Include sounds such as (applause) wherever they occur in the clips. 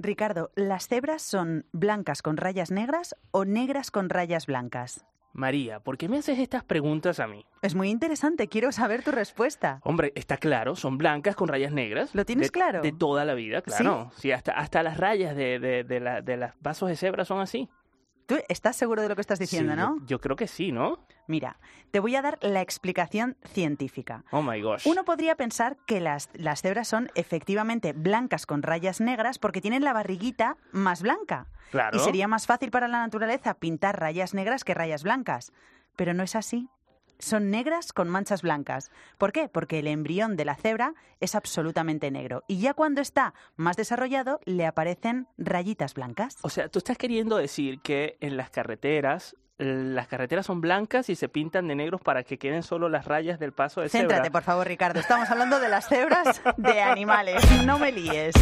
Ricardo, ¿las cebras son blancas con rayas negras o negras con rayas blancas? María, ¿por qué me haces estas preguntas a mí? Es muy interesante, quiero saber tu respuesta. Hombre, está claro, son blancas con rayas negras. ¿Lo tienes de, claro? De toda la vida, claro. Sí, hasta, hasta las rayas de, de, de, la- de las vasos de cebra son así. Tú estás seguro de lo que estás diciendo, Sí, ¿no? Yo, yo creo que sí, ¿no? Mira, te voy a dar la explicación científica. Oh my gosh. Uno podría pensar que las, las cebras son efectivamente blancas con rayas negras porque tienen la barriguita más blanca. claro. Y sería más fácil para la naturaleza pintar rayas negras que rayas blancas. Pero no es así. Son negras con manchas blancas. ¿Por qué? Porque el embrión de la cebra es absolutamente negro. Y ya cuando está más desarrollado, le aparecen rayitas blancas. O sea, tú estás queriendo decir que en las carreteras, las carreteras son blancas y se pintan de negros para que queden solo las rayas del paso de cebra. Céntrate, por favor, Ricardo. Estamos hablando de las cebras de animales. No me líes.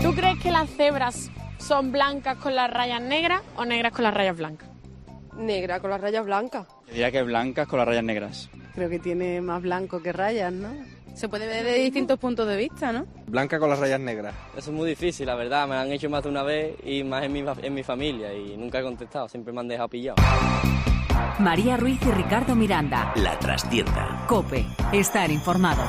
¿Tú crees que las cebras son blancas con las rayas negras o negras con las rayas blancas? Negra con las rayas blancas. Yo diría que blancas con las rayas negras. Creo que tiene más blanco que rayas, ¿no? Se puede ver de distintos puntos de vista, ¿no? Blanca con las rayas negras. Eso es muy difícil, la verdad. Me lo han hecho más de una vez y más en mi, fa- en mi familia y nunca he contestado. Siempre me han dejado pillado. María Ruiz y Ricardo Miranda. La trastienda. Cope. Estar informado.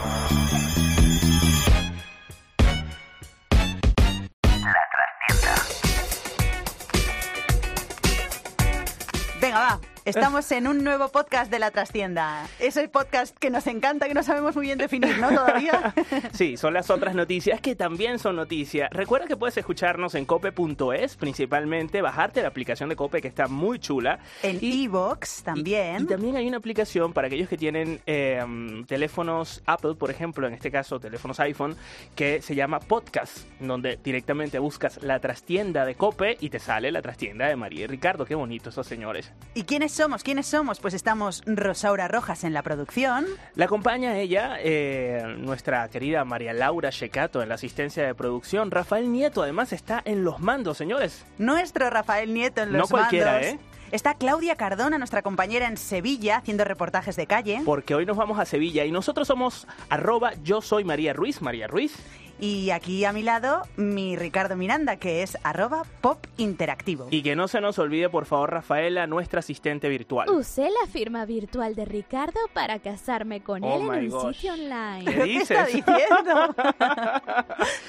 Venga, va. Estamos en un nuevo podcast de La Trastienda. Ese podcast que nos encanta, que no sabemos muy bien definir, ¿no? Todavía. (laughs) Sí, son las otras noticias que también son noticias. Recuerda que puedes escucharnos en cope.es, principalmente bajarte la aplicación de Cope que está muy chula. En Evox también. Y también hay una aplicación para aquellos que tienen eh, mm, teléfonos Apple, por ejemplo, en este caso teléfonos iPhone, que se llama Podcast, donde directamente buscas la trastienda de Cope y te sale la trastienda de María y Ricardo. Qué bonito esos señores. ¿Y quiénes somos? ¿Quiénes somos? Pues estamos Rosaura Rojas en la producción. La acompaña ella, eh, nuestra querida María Laura Checato en la asistencia de producción. Rafael Nieto además está en los mandos, señores. Nuestro Rafael Nieto en No los cualquiera, mandos. ¿eh? Está Claudia Cardona, nuestra compañera en Sevilla, haciendo reportajes de calle. Porque hoy nos vamos a Sevilla y nosotros somos arroba yo soy María Ruiz, María Ruiz. Y aquí a mi lado, mi Ricardo Miranda, que es arroba pop interactivo. Y que no se nos olvide, por favor, Rafaela, nuestra asistente virtual. Usé la firma virtual de Ricardo para casarme con Oh él en my un gosh. sitio ¿Qué online. ¿Qué (laughs) está dices? (laughs) diciendo?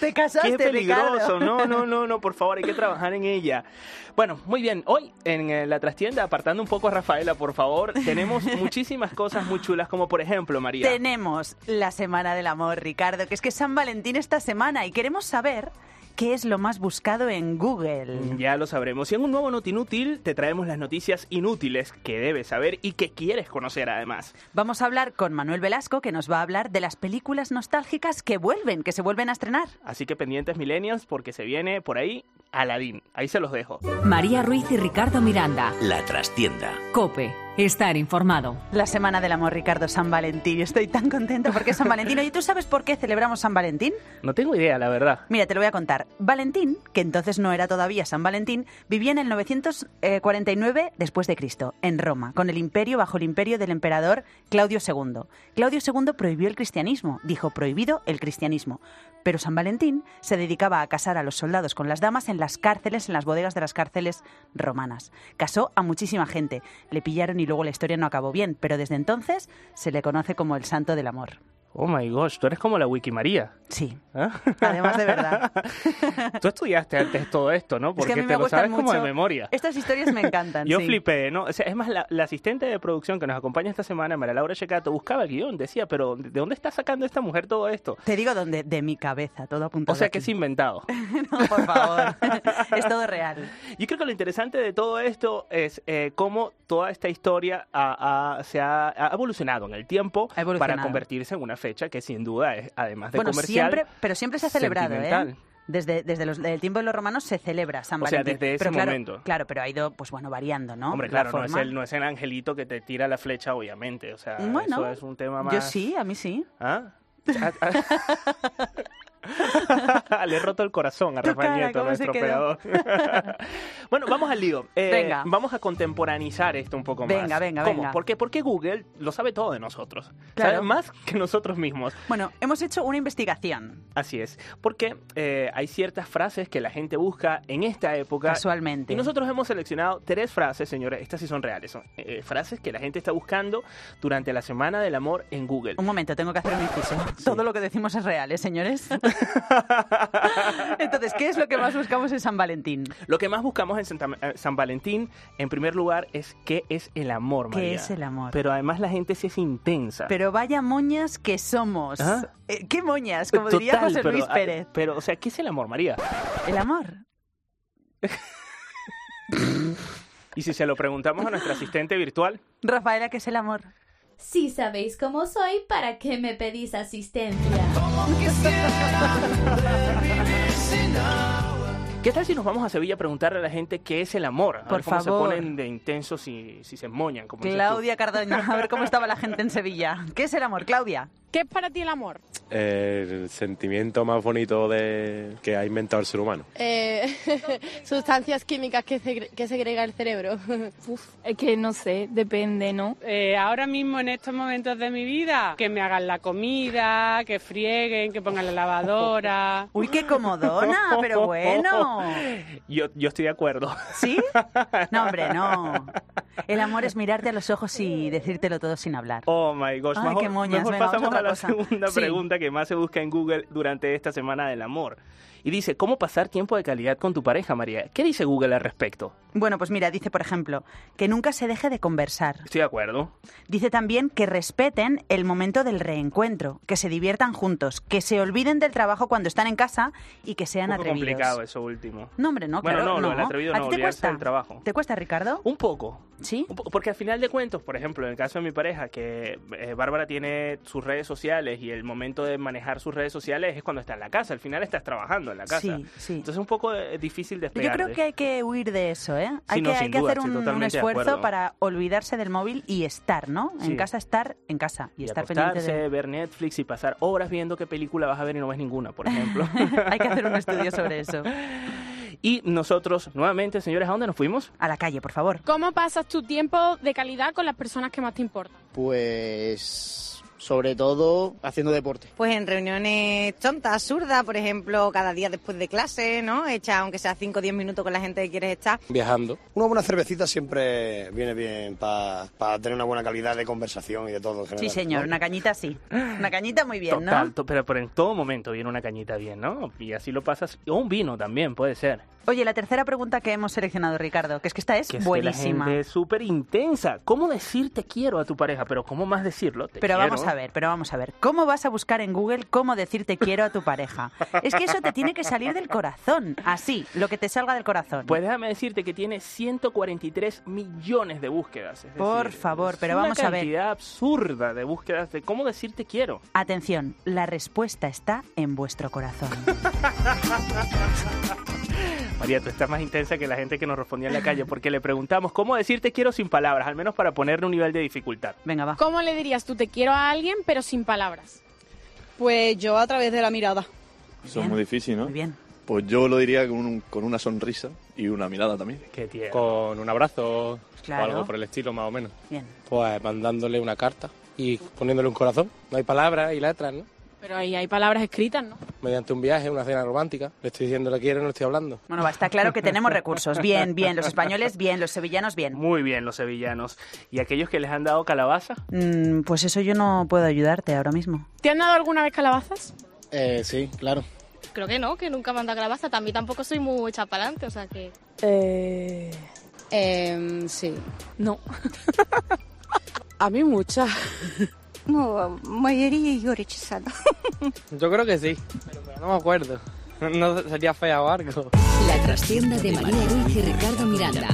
Te casaste, Qué peligroso, Ricardo. no, no, no, no, por favor, hay que trabajar en ella. Bueno, muy bien, hoy en eh, la trastienda, apartando un poco a Rafaela, por favor, (laughs) tenemos muchísimas cosas muy chulas, como por ejemplo, María. Tenemos la Semana del Amor, Ricardo, que es que es San Valentín esta semana y queremos saber qué es lo más buscado en Google. Ya lo sabremos. Y en un nuevo Notinútil te traemos las noticias inútiles que debes saber y que quieres conocer además. Vamos a hablar con Manuel Velasco, que nos va a hablar de las películas nostálgicas que vuelven, que se vuelven a estrenar. Así que pendientes millennials porque se viene por ahí Aladín. Ahí se los dejo. María Ruiz y Ricardo Miranda. La trastienda. Cope. Estar informado. La Semana del Amor, Ricardo, San Valentín. Estoy tan contenta porque es San Valentín. ¿Y tú sabes por qué celebramos San Valentín? No tengo idea, la verdad. Mira, te lo voy a contar. Valentín, que entonces no era todavía San Valentín, vivía en el eh, 949 después de Cristo, en Roma, con el imperio bajo el imperio del emperador Claudio II. Claudio II prohibió el cristianismo, dijo prohibido el cristianismo. Pero San Valentín se dedicaba a casar a los soldados con las damas en las cárceles, en las bodegas de las cárceles romanas. Casó a muchísima gente, le pillaron y luego la historia no acabó bien, pero desde entonces se le conoce como el santo del amor. Oh my gosh, tú eres como la Wiki María. Sí, ¿eh? (laughs) además de verdad. Tú estudiaste antes todo esto, ¿no? Es que Porque a mí te me lo gustan sabes como de mucho. memoria. Estas historias me encantan. Yo sí. flipé, ¿no? O sea, es más, la, la asistente de producción que nos acompaña esta semana, María Laura Checato, buscaba el guión, decía, pero ¿de dónde está sacando esta mujer todo esto? Te digo dónde, de mi cabeza, todo apuntado. O sea que es aquí. inventado. (laughs) no, por favor. es todo real. Yo creo que lo interesante de todo esto es eh, cómo toda esta historia ha, ha- se ha, ha evolucionado en el tiempo Ha evolucionado. para convertirse en una fecha que sin duda es, además de bueno, comercial, siempre, pero siempre se ha celebrado, ¿eh? sentimental. Desde, desde los, el tiempo de los romanos se celebra San O sea, Valentín. desde ese pero claro, momento. Claro, pero ha ido, pues bueno, variando, ¿no? Hombre, La claro, no es, forma. el, no es el angelito que te tira la flecha, obviamente. O sea, Bueno, eso es un tema más... Yo sí, a mí sí. ¿Ah? (laughs) Ah, ah. le he roto el corazón a Tu Rafael cara, Nieto, ¿cómo se nuestro quedó? operador. (laughs) bueno, vamos al lío. Eh, Venga. Vamos a contemporaneizar esto un poco más. Venga, venga, ¿Cómo? venga. ¿Por qué? Porque Google lo sabe todo de nosotros. Claro. Sabe más que nosotros mismos. Bueno, hemos hecho una investigación, Así es. Porque eh, hay ciertas frases que la gente busca en esta época. casualmente. Y nosotros hemos seleccionado tres frases, señores, estas sí son reales, son eh, frases que la gente está buscando durante la Semana del Amor en Google. Un momento, tengo que hacer un inciso. (laughs) Todo lo que decimos es real, ¿eh, señores? Entonces, ¿qué es lo que más buscamos en San Valentín? Lo que más buscamos en Santa- eh, San Valentín, en primer lugar, es qué es el amor, ¿Qué María. es el amor? Pero además la gente sí es intensa. Pero vaya moñas que somos. ¿Ah? Eh, ¿Qué moñas? Como diría Total, José pero, Luis ah, Pérez. Pero, o sea, ¿qué es el amor, María? El amor. Y si se lo preguntamos a nuestra asistente virtual, Rafaela, ¿qué es el amor? Si sabéis cómo soy, ¿para qué me pedís asistencia? ¿qué tal si nos vamos a Sevilla a preguntarle a la gente qué es el amor? A ver Por cómo favor. se ponen de intensos si, si se moñan, como dices tú. Claudia Cardoña, a ver cómo estaba la gente en Sevilla. ¿Qué es el amor, Claudia? ¿Qué es para ti el amor? El sentimiento más bonito de... que ha inventado el ser humano. Eh, (laughs) sustancias químicas que, que segrega el (laughs) cerebro. Es que no sé, depende, ¿no? Eh, ahora mismo, en estos momentos de mi vida, que me hagan la comida, que frieguen, que pongan la lavadora. Uy, qué comodona, pero bueno. Yo, yo estoy de acuerdo. ¿Sí? No, hombre, no. El amor es mirarte a los ojos y decírtelo todo sin hablar. Oh my gosh, Ay, mejor, qué moñas. mejor Venga, vamos pasamos a a otra la cosa. segunda Sí. pregunta que más se busca en Google durante esta semana del amor. Y dice, ¿cómo pasar tiempo de calidad con tu pareja, María? ¿Qué dice Google al respecto? Bueno, pues mira, dice, por ejemplo, que nunca se deje de conversar. Estoy de acuerdo. Dice también que respeten el momento del reencuentro, que se diviertan juntos, que se olviden del trabajo cuando están en casa y que sean Un poco atrevidos. complicado eso último. No, hombre, no, Bueno, claro, no, lo del atrevido ¿A no, ti te olvidarse cuesta? del trabajo. ¿Te cuesta, Ricardo? Un poco. ¿Sí? Un poco, Porque al final de cuentos, por ejemplo, en el caso de mi pareja, que eh, Bárbara tiene sus redes sociales y el momento de manejar sus redes sociales es cuando está en la casa. Al final estás trabajando en la casa. Sí, sí. Entonces es un poco eh, difícil Yo despegarte. creo que hay que huir de eso, ¿eh? Hay no, que, hay sin que duda, hacer sí, un, un totalmente de esfuerzo acuerdo. para olvidarse del móvil y estar, ¿no? En Sí. casa estar en casa y, Y estar pendiente acostarse, de... (laughs) ver Netflix y pasar horas viendo qué película vas a ver y no ves (laughs) ninguna, por ejemplo. hay que hacer un estudio sobre eso. y nosotros, nuevamente, señores, ¿a dónde nos fuimos? A la calle, por favor. ¿Cómo pasas tu tiempo de calidad con las personas que más te importan? Pues sobre todo haciendo deporte. Pues en reuniones tontas, absurdas, por ejemplo, cada día después de clase, ¿no? Echa aunque sea 5 o 10 minutos con la gente que quieres estar. Viajando. Una buena cervecita siempre viene bien para tener una buena calidad de conversación y de todo en general. Sí, señor, una cañita sí. Una cañita muy bien, ¿no? Total, to- pero, pero en todo momento viene una cañita bien, ¿no? Y así lo pasas. O un vino también, puede ser. Oye, la tercera pregunta que hemos seleccionado, Ricardo, que es que esta es Que es que buenísima. la gente es súper intensa. ¿Cómo decir te quiero a tu pareja? Pero ¿cómo más decirlo? Te Pero quiero. vamos a ver, pero vamos a ver. ¿Cómo vas a buscar en Google cómo decir te quiero a tu pareja? Es que eso te tiene que salir del corazón. Así, lo que te salga del corazón. Pues déjame decirte que tiene 143 millones de búsquedas. es Por decir, favor, es pero una vamos a ver. cantidad absurda de búsquedas de cómo decir te quiero. Atención, la respuesta está en vuestro corazón. María, tú estás más intensa que la gente que nos respondía en la calle porque le preguntamos cómo decir te quiero sin palabras, al menos para ponerle un nivel de dificultad. Venga, va. ¿Cómo le dirías tú te quiero a alguien pero sin palabras? Pues yo a través de la mirada. Eso es muy difícil, ¿no? Muy bien. Pues yo lo diría con, un- con una sonrisa y una mirada también. Qué tierno. Con un abrazo Claro. algo por el estilo, más o menos. Bien. Pues mandándole una carta y poniéndole un corazón. No hay palabras y letras, ¿no? Pero ahí hay palabras escritas, ¿no? Mediante un viaje, una cena romántica. Le estoy diciendo la quiero, no le estoy hablando. Bueno, va, está claro que tenemos recursos. Bien, bien. Los españoles, bien. Los sevillanos, bien. Muy bien los sevillanos. ¿Y aquellos que les han dado calabaza? Mm, pues eso yo no puedo ayudarte ahora mismo. ¿Te han dado alguna vez calabazas? Eh, sí, claro. Creo que no, que nunca me han dado calabaza. También tampoco soy muy chapalante, o sea que... Eh... Em, sí. (laughs) No. A mí muchas. Ну, mayoría yo rechazado. Yo creo que sí, pero, pero no me acuerdo. No sería fea o algo. La trastienda de María Ruiz y Ricardo Miranda.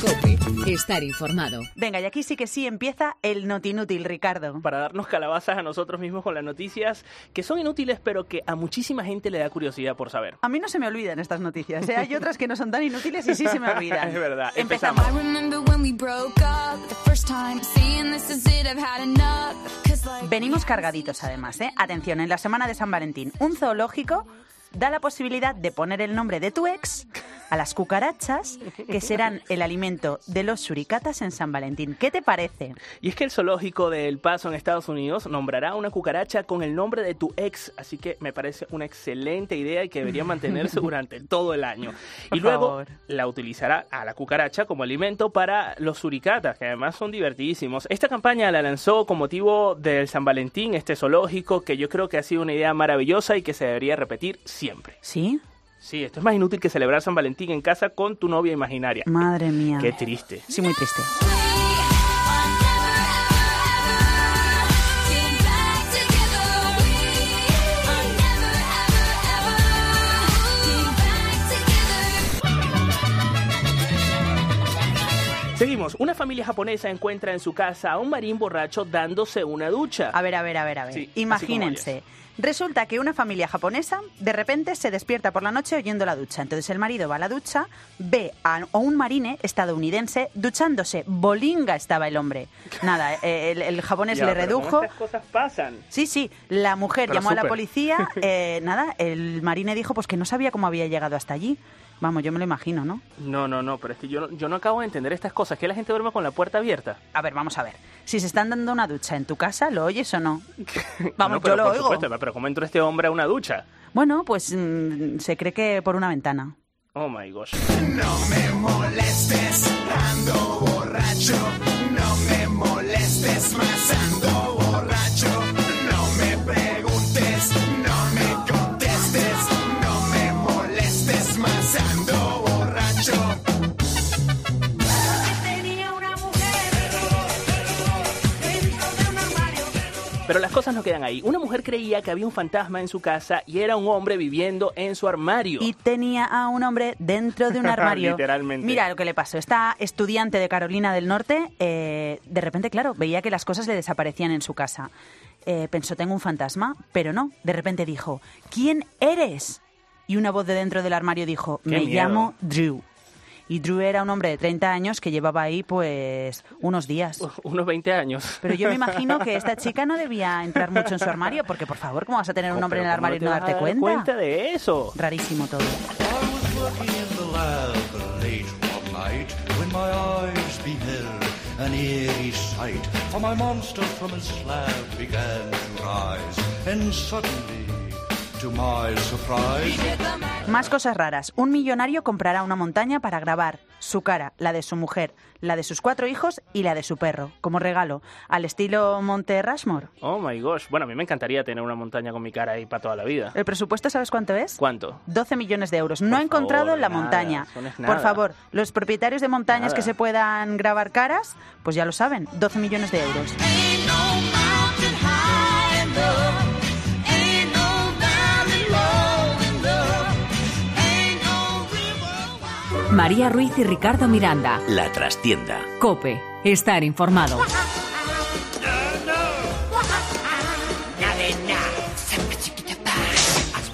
COPE. Estar informado. Venga, y aquí sí que sí empieza el notinútil, Ricardo. Para darnos calabazas a nosotros mismos con las noticias que son inútiles, pero que a muchísima gente le da curiosidad por saber. A mí no se me olvidan estas noticias. ¿eh? Hay otras que no son tan inútiles y sí se (laughs) me olvidan. es verdad. Empezamos. Empezamos. I (laughs) remember when we broke up the first time, saying this is it, I've had enough. Cause like Venimos cargaditos además, ¿eh? Atención, en la semana de San Valentín, un zoológico da la posibilidad de poner el nombre de tu ex a las cucarachas que serán el alimento de los suricatas en San Valentín. ¿Qué te parece? Y es que el zoológico de El Paso en Estados Unidos nombrará una cucaracha con el nombre de tu ex, así que me parece una excelente idea y (laughs) que debería mantenerse durante todo el año. Por y luego favor. la utilizará a la cucaracha como alimento para los suricatas, que además son divertidísimos. Esta campaña la lanzó con motivo del San Valentín, este zoológico, que yo creo que ha sido una idea maravillosa y que se debería repetir siempre. ¿Sí? Sí, esto es más inútil que celebrar San Valentín en casa con tu novia imaginaria. Madre mía. Qué triste. Sí, muy triste. Seguimos. Una familia japonesa encuentra en su casa a un marín borracho dándose una ducha. A ver, a ver, a ver, a ver. Sí, así como Imagínense. Resulta que una familia japonesa de repente se despierta por la noche oyendo la ducha. Entonces el marido va a la ducha, ve a a un marine estadounidense duchándose. Bolinga estaba el hombre. (laughs) Nada, eh, el, el japonés Ya, le pero ¿cómo redujo. Estas cosas pasan. Sí, sí, la mujer Pero llamó a la súper. (laughs) policía. eh, nada, el marine dijo pues que no sabía cómo había llegado hasta allí. Vamos, yo me lo imagino, ¿no? No, no, no, pero es que yo, no- yo no acabo de entender estas cosas. Que la gente duerme con la puerta abierta. A ver, vamos a ver. Si se están dando una ducha en tu casa, ¿lo oyes o (laughs) no? No, Vamos, pero yo lo por oigo. Supuesto, pero ¿cómo entró este hombre a una ducha? Bueno, pues mm, se cree que por una ventana. Oh my gosh. No me molestes, ando borracho. No me molestes más, ando borracho. No me preguntes, no me contestes. No me molestes más, ando borracho. Pero las cosas no quedan ahí. Una mujer creía que había un fantasma en su casa y era un hombre viviendo en su armario. Y tenía a un hombre dentro (laughs) de un armario. Oh. Literalmente. Mira lo que le pasó. Esta estudiante de Carolina del Norte, eh, de repente, claro, veía que las cosas le desaparecían en su casa. Eh, pensó, tengo un fantasma, pero no. De repente dijo, ¿quién eres? Y una voz de dentro del armario dijo, Qué me miedo. llamo Drew. Y Drew era un hombre de 30 años que llevaba ahí, pues, unos días. (laughs) Unos 20 años. Pero yo me imagino que esta chica no debía entrar mucho en su armario, porque, por favor, ¿cómo vas a tener un hombre en el Oh, armario Pero ¿cómo y no te vas a darte dar cuenta? cuenta de eso? Rarísimo todo. in the lab late one night when my eyes beheld an eerie sight. For my monster from his slab began to rise, and suddenly, to my surprise, Más cosas raras. Un millonario comprará una montaña para grabar su cara, la de su mujer, la de sus cuatro hijos y la de su perro, como regalo, al estilo Monte Rushmore. Oh my gosh. Bueno, a mí me encantaría tener una montaña con mi cara ahí para toda la vida. ¿El presupuesto sabes cuánto es? ¿Cuánto? 12 millones de euros. No ha encontrado favor, la nada, montaña. eso no es nada. Por favor, los propietarios de montañas Nada. que se puedan grabar caras, pues ya lo saben, 12 millones de euros. María Ruiz y Ricardo Miranda. La trastienda. COPE. Estar informado.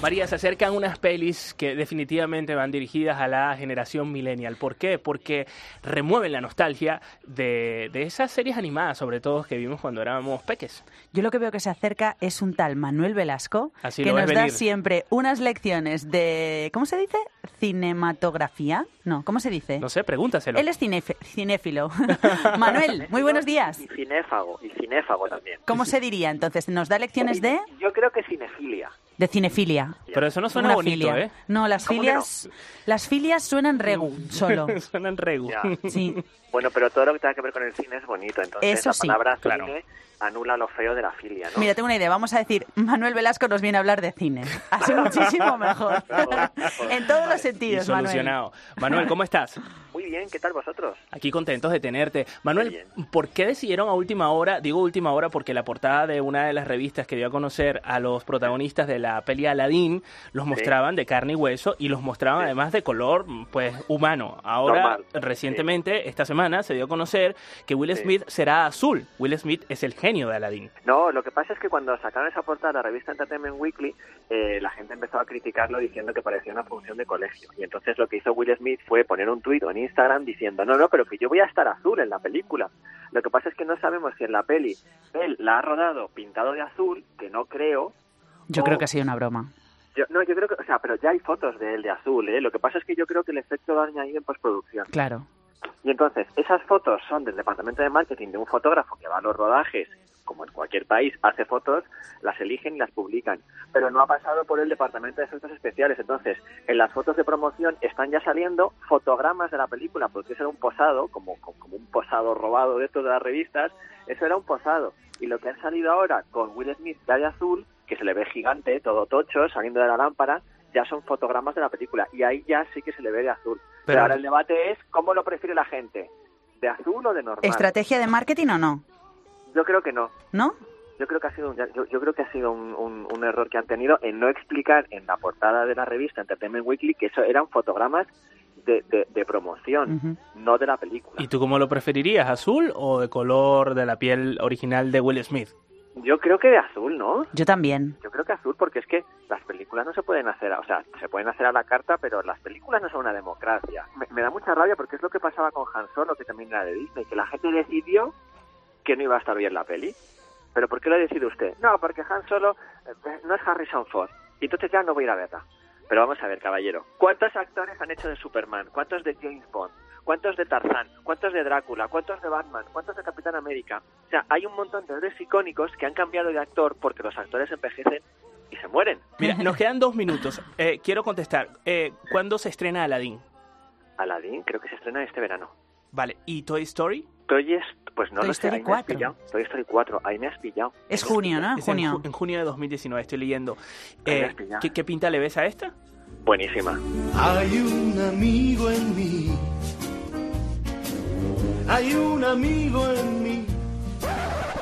María, se acercan unas pelis que definitivamente van dirigidas a la generación millennial. ¿Por qué? Porque remueven la nostalgia de, de esas series animadas, sobre todo que vimos cuando éramos peques. Yo lo que veo que se acerca es un tal Manuel Velasco Así que lo ves nos da venir. siempre unas lecciones de ¿cómo se dice? Cinematografía? No, ¿cómo se dice? No sé, pregúntaselo. Él es cinéf- (laughs) cinéfilo. Manuel, muy buenos días. Y cinéfago, y cinéfago también. ¿Cómo se diría entonces? ¿Nos da lecciones de? Yo creo que cinefilia. De cinefilia. Pero eso no suena Una bonito, filia. ¿eh? (laughs) No, las ¿Cómo que no? filias, las filias suenan regu solo. Suenan regu. Ya. Sí. Bueno, pero todo lo que tenga que ver con el cine es bonito, entonces Eso la sí. palabra Claro. cine anula lo feo de la filia, ¿no? Mira, tengo una idea. Vamos a decir, Manuel Velasco nos viene a hablar de cine. (laughs) Así muchísimo mejor. en todos los Y sentidos, Manuel. solucionado. Manuel, ¿cómo estás? Muy bien, ¿qué tal vosotros? Aquí contentos de tenerte. Manuel, ¿por qué decidieron a última hora? Digo última hora porque la portada de una de las revistas que dio a conocer a los protagonistas de la peli Aladdin los mostraban de carne y hueso y los mostraban además de color pues humano. Ahora, Normal. recientemente, esta semana se dio a conocer que Will Sí. Smith será azul. Will Smith es el genio de Aladdin. No, lo que pasa es que cuando sacaron esa portada de la revista Entertainment Weekly, eh, la gente empezó a criticarlo diciendo que parecía una función de colegio. Y entonces lo que hizo Will Smith fue poner un tuit en Instagram diciendo, no, no, pero que yo voy a estar azul en la película. Lo que pasa es que no sabemos si en la peli él la ha rodado pintado de azul, que no creo, Yo creo que ha sido una broma. Yo, no, yo creo que, o sea, pero ya hay fotos de él de azul, ¿eh? Lo que pasa es que yo creo que el efecto lo han añadido en postproducción. Claro. Y entonces, esas fotos son del departamento de marketing de un fotógrafo que va a los rodajes, como en cualquier país, hace fotos, las eligen y las publican. Pero no ha pasado por el departamento de efectos especiales. Entonces, en las fotos de promoción están ya saliendo fotogramas de la película, porque eso era un posado, como, como, como un posado robado de estos de las revistas. Eso era un posado. Y lo que han salido ahora con Will Smith ya de azul, que se le ve gigante, todo tocho, saliendo de la lámpara, ya son fotogramas de la película. Y ahí ya sí que se le ve de azul. Pero, Pero- ahora el debate es cómo lo prefiere la gente. ¿De azul o de normal? ¿Estrategia de marketing o no? Yo creo que no. ¿No? Yo creo que ha sido un, yo, yo creo que ha sido un, un- un error que han tenido en no explicar en la portada de la revista Entertainment Weekly que eso eran fotogramas de, de- de promoción, no de la película. ¿Y tú cómo lo preferirías? ¿Azul o de color de la piel original de Will Smith? Yo creo que de azul, ¿no? Yo también. Yo creo que azul porque es que las películas no se pueden hacer, a- o sea, se pueden hacer a la carta, pero las películas no son una democracia. Me, me da mucha rabia porque es lo que pasaba con Han Solo, que también era de Disney, que la gente decidió que no iba a estar bien la peli. ¿Pero por qué lo decide usted? No, porque Han Solo eh, no es Harrison Ford. Y entonces ya no voy a ir a verla. Pero vamos a ver, caballero. ¿Cuántos actores han hecho de Superman? ¿Cuántos de James Bond? ¿Cuántos de Tarzán? ¿Cuántos de Drácula? ¿Cuántos de Batman? ¿Cuántos de Capitán América? O sea, hay un montón de héroes icónicos que han cambiado de actor porque los actores envejecen y se mueren. (laughs) Mira, nos quedan dos minutos. Eh, quiero contestar. Eh, ¿Cuándo se estrena Aladdin? Aladdin creo que se estrena este verano. Vale, ¿y Toy Story? Toy Story, pues no Toy lo sé, Story ahí me has 4. pillado. Toy Story 4, ahí me has pillado. Es junio, ¿no? En Es Ah, en junio. ju- En, junio de 2019, estoy leyendo. Ahí Eh, has pillado. ¿qué, qué pinta le ves a esta? Buenísima. Hay un amigo en mí. Hay un amigo en mí.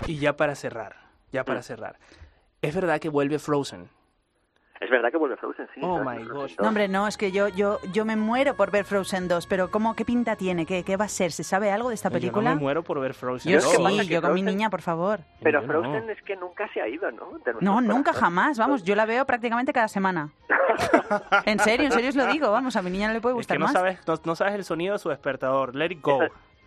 Y ya para cerrar, ya para cerrar. ¿Es verdad que vuelve Frozen? Es verdad que vuelve Frozen, ¿eh? sí. Oh my Frozen, Frozen gosh. dos. No, hombre, no, es que yo, yo, yo me muero por ver Frozen 2, pero ¿cómo, ¿qué pinta tiene? ¿Qué, ¿Qué va a ser? ¿Se sabe algo de esta Yo no película? me muero por ver Frozen. Yo dos. sí, yo con mi niña, por favor. Pero Yo no. Frozen es que nunca se ha ido, ¿no? De nuestros No, nunca, corazones. jamás. Vamos, yo la veo prácticamente cada (laughs) semana. En serio, en serio os lo digo. Vamos, a mi niña no le puede Es que gustar no más. sabes, no, no sabes el sonido de su despertador. Let it go.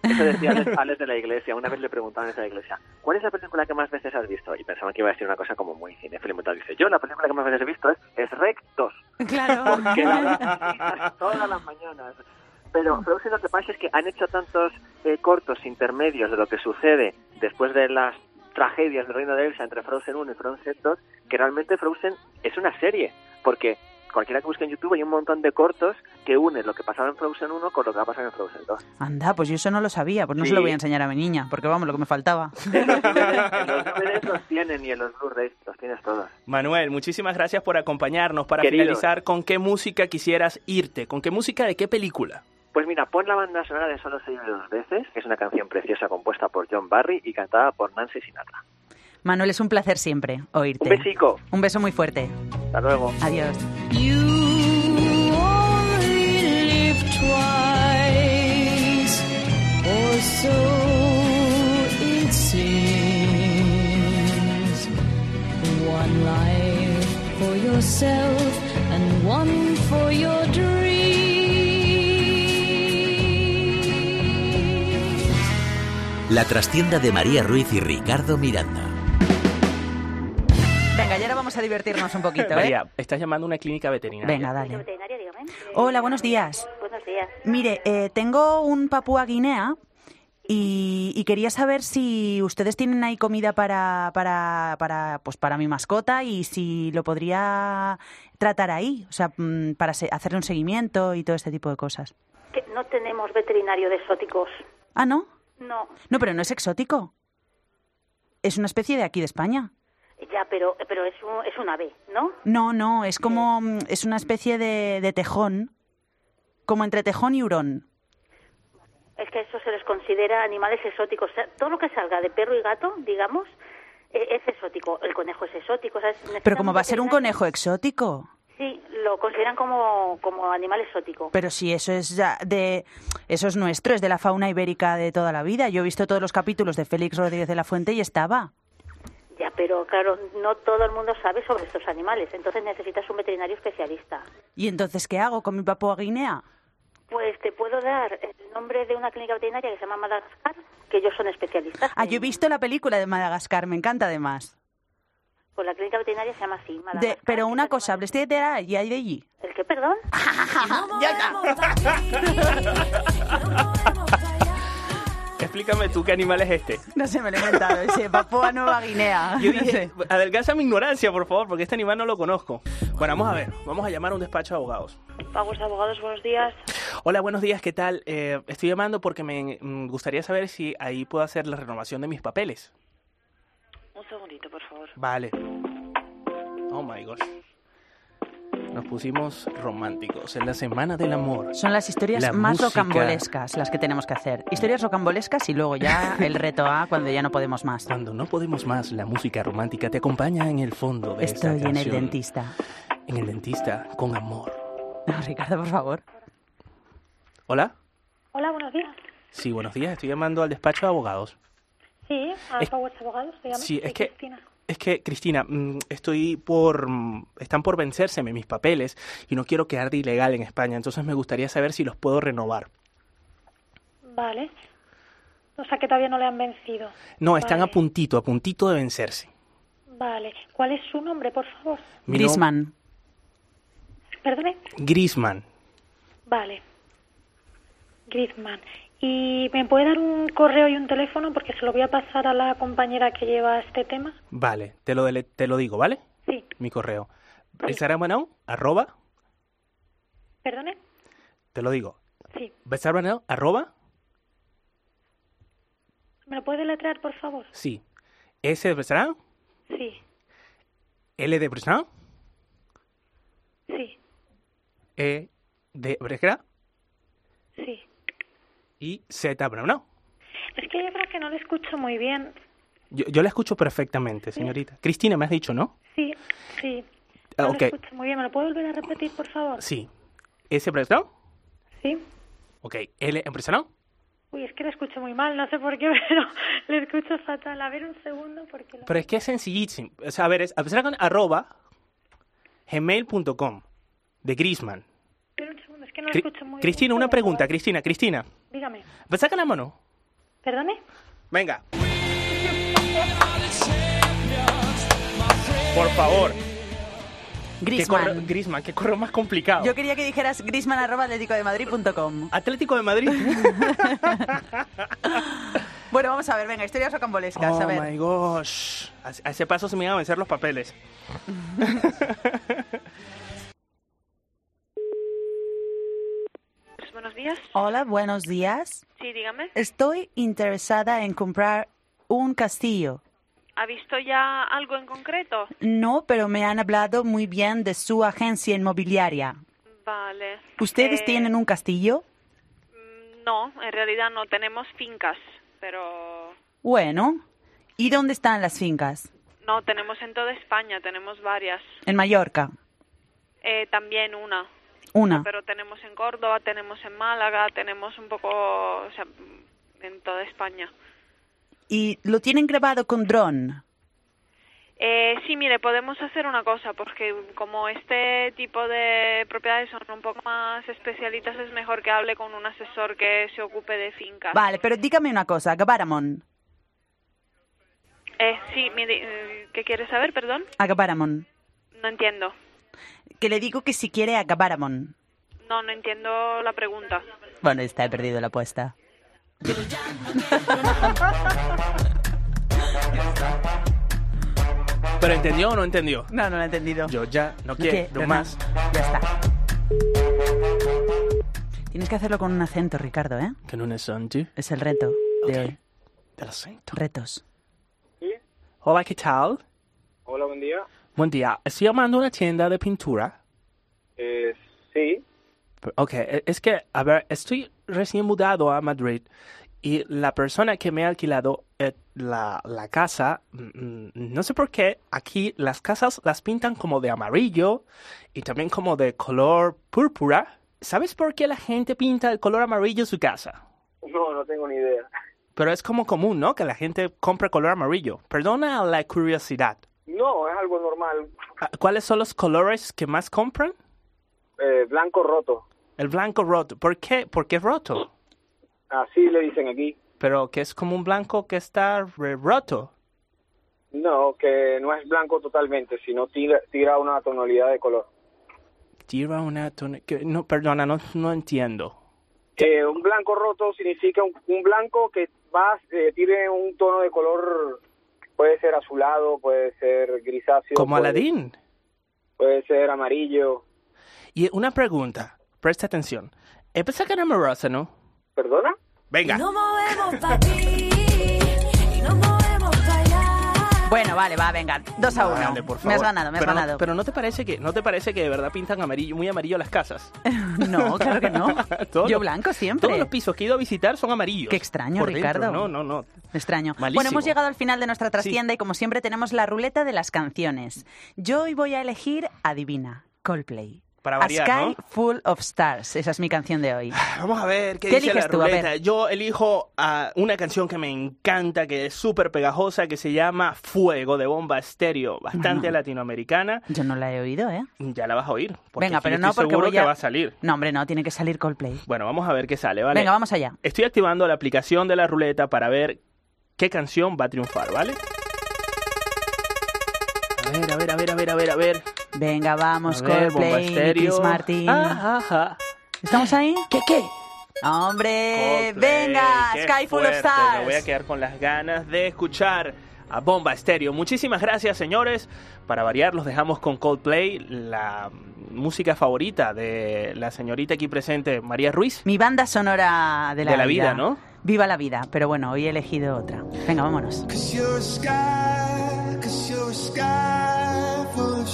Eso decía Alex, Alex de la Iglesia. Una vez le preguntaban desde la Iglesia, ¿cuál es la película que más veces has visto? Y pensaban que iba a decir una cosa como muy cinéfilo y tal. Dice, yo la película que más veces he visto es, es Rec 2. Claro. Porque la- todas las mañanas. Pero Frozen lo que pasa es que han hecho tantos eh, cortos intermedios de lo que sucede después de las tragedias del reino de Elsa entre Frozen 1 y Frozen 2 que realmente Frozen es una serie. Porque cualquiera que busque en YouTube hay un montón de cortos que unen lo que pasaba en Frozen 1 con lo que va a pasar en Frozen 2. Anda, pues yo eso no lo sabía. Pues no se lo Sí. voy a enseñar a mi niña, porque vamos, lo que me faltaba. En los DVDs los tienen y en los Blu-rays los tienes todos. Manuel, muchísimas gracias por acompañarnos. Para Querido. finalizar, ¿con qué música quisieras irte? ¿Con qué música de qué película? Pues mira, pon la banda sonora de Solo se vive dos veces, que es una canción preciosa compuesta por John Barry y cantada por Nancy Sinatra. Manuel, es un placer siempre oírte. Un besico. Un beso muy fuerte. Hasta luego. Adiós. You only live twice, or so it seems. One life for yourself, and one for your dreams. La trastienda de María Ruiz y Ricardo Miranda. Venga, y ahora vamos a divertirnos un poquito, ¿eh? María, estás llamando a una clínica veterinaria. Venga, dale. Hola, buenos días. Buenos días. Mire, eh, tengo un Papúa Guinea y, y quería saber si ustedes tienen ahí comida para, para, para, pues para mi mascota y si lo podría tratar ahí, o sea, mm, para se- hacerle un seguimiento y todo este tipo de cosas. Que no tenemos veterinario de exóticos. Ah, ¿no? No, No, pero no es exótico. Es una especie de aquí de España. ya, pero, pero es, un, es un ave, ¿no? No, no, es como, mm, es una especie de, de tejón, como entre tejón y hurón. Es que a eso se les considera animales exóticos. O sea, todo lo que salga de perro y gato, digamos, eh, es exótico. El conejo es exótico. ¿sabes? Pero como va a ser un conejo exótico. Sí, lo consideran como, como animal exótico. Pero si eso es ya de eso es nuestro, es de la fauna ibérica de toda la vida. Yo he visto todos los capítulos de Félix Rodríguez de la Fuente y estaba. Ya, pero claro, no todo el mundo sabe sobre estos animales. Entonces necesitas un veterinario especialista. ¿Y entonces qué hago con mi papua Guinea? Pues te puedo dar el nombre de una clínica veterinaria que se llama Madagascar, que ellos son especialistas. Ah, yo he visto la película de Madagascar, me encanta además. Pues la clínica veterinaria se llama así, De- Madagascar. pero una cosa, hables de la y hay de allí. ¿El qué, perdón? Ya está. Explícame tú qué animal es este. No se me lo he inventado, ese Papua Nueva Guinea. Yo No dije, sé. adelgaza mi ignorancia, por favor, porque este animal no lo conozco. Bueno, vamos a ver, vamos a llamar a un despacho de abogados. Pagos Abogados, buenos días. Hola, buenos días, ¿qué tal? Eh, estoy llamando porque me mm, gustaría saber si ahí puedo hacer la renovación de mis papeles. Un segundito, por favor. Vale. Oh my gosh. Nos pusimos románticos en la semana del amor. Son las historias La más música. rocambolescas las que tenemos que hacer. Historias rocambolescas y luego (laughs) ya el reto A cuando ya no podemos más. Cuando no podemos más, la música romántica te acompaña en el fondo de esta Estoy en el canción. dentista. En el dentista, con amor. No, Ricardo, por favor. ¿Hola? Hola, buenos días. Sí, buenos días. Estoy llamando al despacho de abogados. Sí, a Es- Pagos Abogados, dígame. Sí, es Soy que- Cristina. Es que, Cristina, mm, estoy por... mm, Están por vencérseme mis papeles y no quiero quedar de ilegal en España, entonces me gustaría saber si los puedo renovar. Vale. O sea, que todavía no le han vencido. No, están Vale, a puntito, a puntito de vencerse. Vale. ¿Cuál es su nombre, por favor? Mi nom- Grisman. Perdone. Grisman. Vale. Griezmann. ¿Y me puede dar un correo y un teléfono? Porque se lo voy a pasar a la compañera que lleva este tema. Vale, te lo, dele- te lo digo, ¿vale? Sí. Mi correo. Besarbanao, arroba, ¿Perdone? te lo digo. Sí. Besarbanao, arroba, ¿Me lo puede letrar, por favor? sí. S de Besarán, Sí, L de Besarán, sí, E de Bresgra sí. y Z de Besarán. Es que yo creo que no le escucho muy bien. Yo, yo la escucho perfectamente, señorita. Cristina, me has dicho, ¿no? Sí, sí. Ah, No ok. le escucho muy bien. ¿Me lo puede volver a repetir, por favor? Sí. S Bresgra, Sí. ok. L en Bresgra, Uy, es que le escucho muy mal, no sé por qué, (laughs) pero le escucho fatal. A ver un segundo, porque... lo- Pero es que es sencillísimo. O sea, a ver, es Besarban arroba gmail.com de Grisman. Pero un segundo, es que no le Cri- escucho muy Cristina, bien. una pregunta, Cristina, Cristina. Dígame, Pues saca la mano. ¿perdone? Venga. Por favor. Griezmann. ¿Qué correo, Griezmann, qué correo más complicado. Yo quería que dijeras grisman arroba atlético de madrid.com. Atlético (laughs) de Madrid. bueno, vamos a ver, venga, historias rocambolescas, a oh ver. my gosh. A, a ese paso se me iban a vencer los papeles. Buenos días. Hola, buenos días. Sí, dígame. Estoy interesada en comprar un castillo. ¿Ha visto ya algo en concreto? No, pero me han hablado muy bien de su agencia inmobiliaria. Vale. Eh, ¿Ustedes tienen un castillo? No, en realidad no, tenemos fincas, pero Bueno. ¿Y dónde están las fincas? no, tenemos en toda España, tenemos varias. En Mallorca. Eh, también una. Una. Pero tenemos en Córdoba, tenemos en Málaga, tenemos un poco, o sea, en toda España. Y lo tienen grabado con dron. Eh, sí, mire, podemos hacer una cosa, porque como este tipo de propiedades son un poco más especialitas, es mejor que hable con un asesor que se ocupe de fincas. Vale, pero dígame una cosa, Gabaramon. Eh, sí, mire, eh, ¿qué quiere saber, perdón? A Gabaramon. No entiendo. Que le digo que si quiere a Gabaramon. No, no entiendo la pregunta. Bueno, está, he perdido la apuesta. ¿Pero entendió o no entendió? No, no lo he entendido. Yo ya no que- quiero no, más. Ya está. Tienes que hacerlo con un acento, Ricardo, ¿eh? ¿Con un acento? Es el reto de hoy. Del acento. Retos. Hola, ¿qué tal? Hola, buen día. Buen día. Estoy llamando a una tienda de pintura. Eh, sí, Ok, e- es que, a ver, estoy recién mudado a Madrid y la persona que me ha alquilado eh, la, la casa, mm, mm, no sé por qué, aquí las casas las pintan como de amarillo y también como de color púrpura. ¿Sabes por qué la gente pinta de color amarillo su casa? No, no tengo ni idea. Pero es como común, ¿no? Que la gente compra color amarillo. Perdona la curiosidad. No, es algo normal. Ah, ¿Cuáles son los colores que más compran? Eh, blanco roto. El blanco roto. ¿Por qué? ¿Por qué roto? Así le dicen aquí. Pero que es como un blanco que está re- roto. No, que no es blanco totalmente, sino tira, tira una tonalidad de color. Tira una tone- que- No, perdona, no, no entiendo. Eh, un blanco roto significa un, un blanco que va, eh, tiene un tono de color, puede ser azulado, puede ser grisáceo. Como puede- Aladín. Puede ser amarillo. Y una pregunta, presta atención. Empecé que era amorosa, ¿no? ¿Perdona? Venga. Bueno, vale, va, venga. Dos a uno. Grande, por favor. Me has ganado, me has pero no- ganado. pero no te parece que no te parece que de verdad pintan amarillo, muy amarillo las casas. (laughs) No, claro que no. (laughs) Todos Yo los- blanco Todos siempre. los pisos que he ido a visitar son amarillos. Qué extraño, Por dentro, Ricardo. No, no, no. Extraño. Malísimo. Bueno, hemos llegado al final de nuestra trastienda y como siempre tenemos la ruleta de las canciones. Yo hoy voy a elegir Adivina, Coldplay. Para A variar, Sky ¿no? Full of Stars. Esa es mi canción de hoy. Vamos a ver qué, ¿Qué dice la eliges tú? A ver. ruleta. Yo elijo ah, una canción que me encanta, que es súper pegajosa, que se llama Fuego de Bomba Estéreo, bastante latinoamericana. Yo no la he oído, ¿eh? Ya la vas a oír. porque Venga, aquí pero estoy no porque seguro voy a... que va a salir. No, hombre, no, tiene que salir Coldplay. Bueno, vamos a ver qué sale, ¿vale? Venga, vamos allá. Estoy activando la aplicación de la ruleta para ver qué canción va a triunfar, ¿vale? A ver, a ver, a ver, a ver, a ver, a ver. Venga, vamos, A ver, Bomba Coldplay, Estéreo. Chris Martin. Ah, ah, ah. ¿Estamos ahí? ¿Qué, qué? Hombre, Coldplay, venga, qué Sky Full of fuerte. Stars. Me voy a quedar con las ganas de escuchar a Bomba Estéreo. Muchísimas gracias, señores. Para variar, los dejamos con Coldplay, la música favorita de la señorita aquí presente, María Ruiz. Mi banda sonora de la, De la vida, ¿no? Viva la vida, pero bueno, hoy he elegido otra. Venga, vámonos. Cause you're a sky, cause you're a sky full of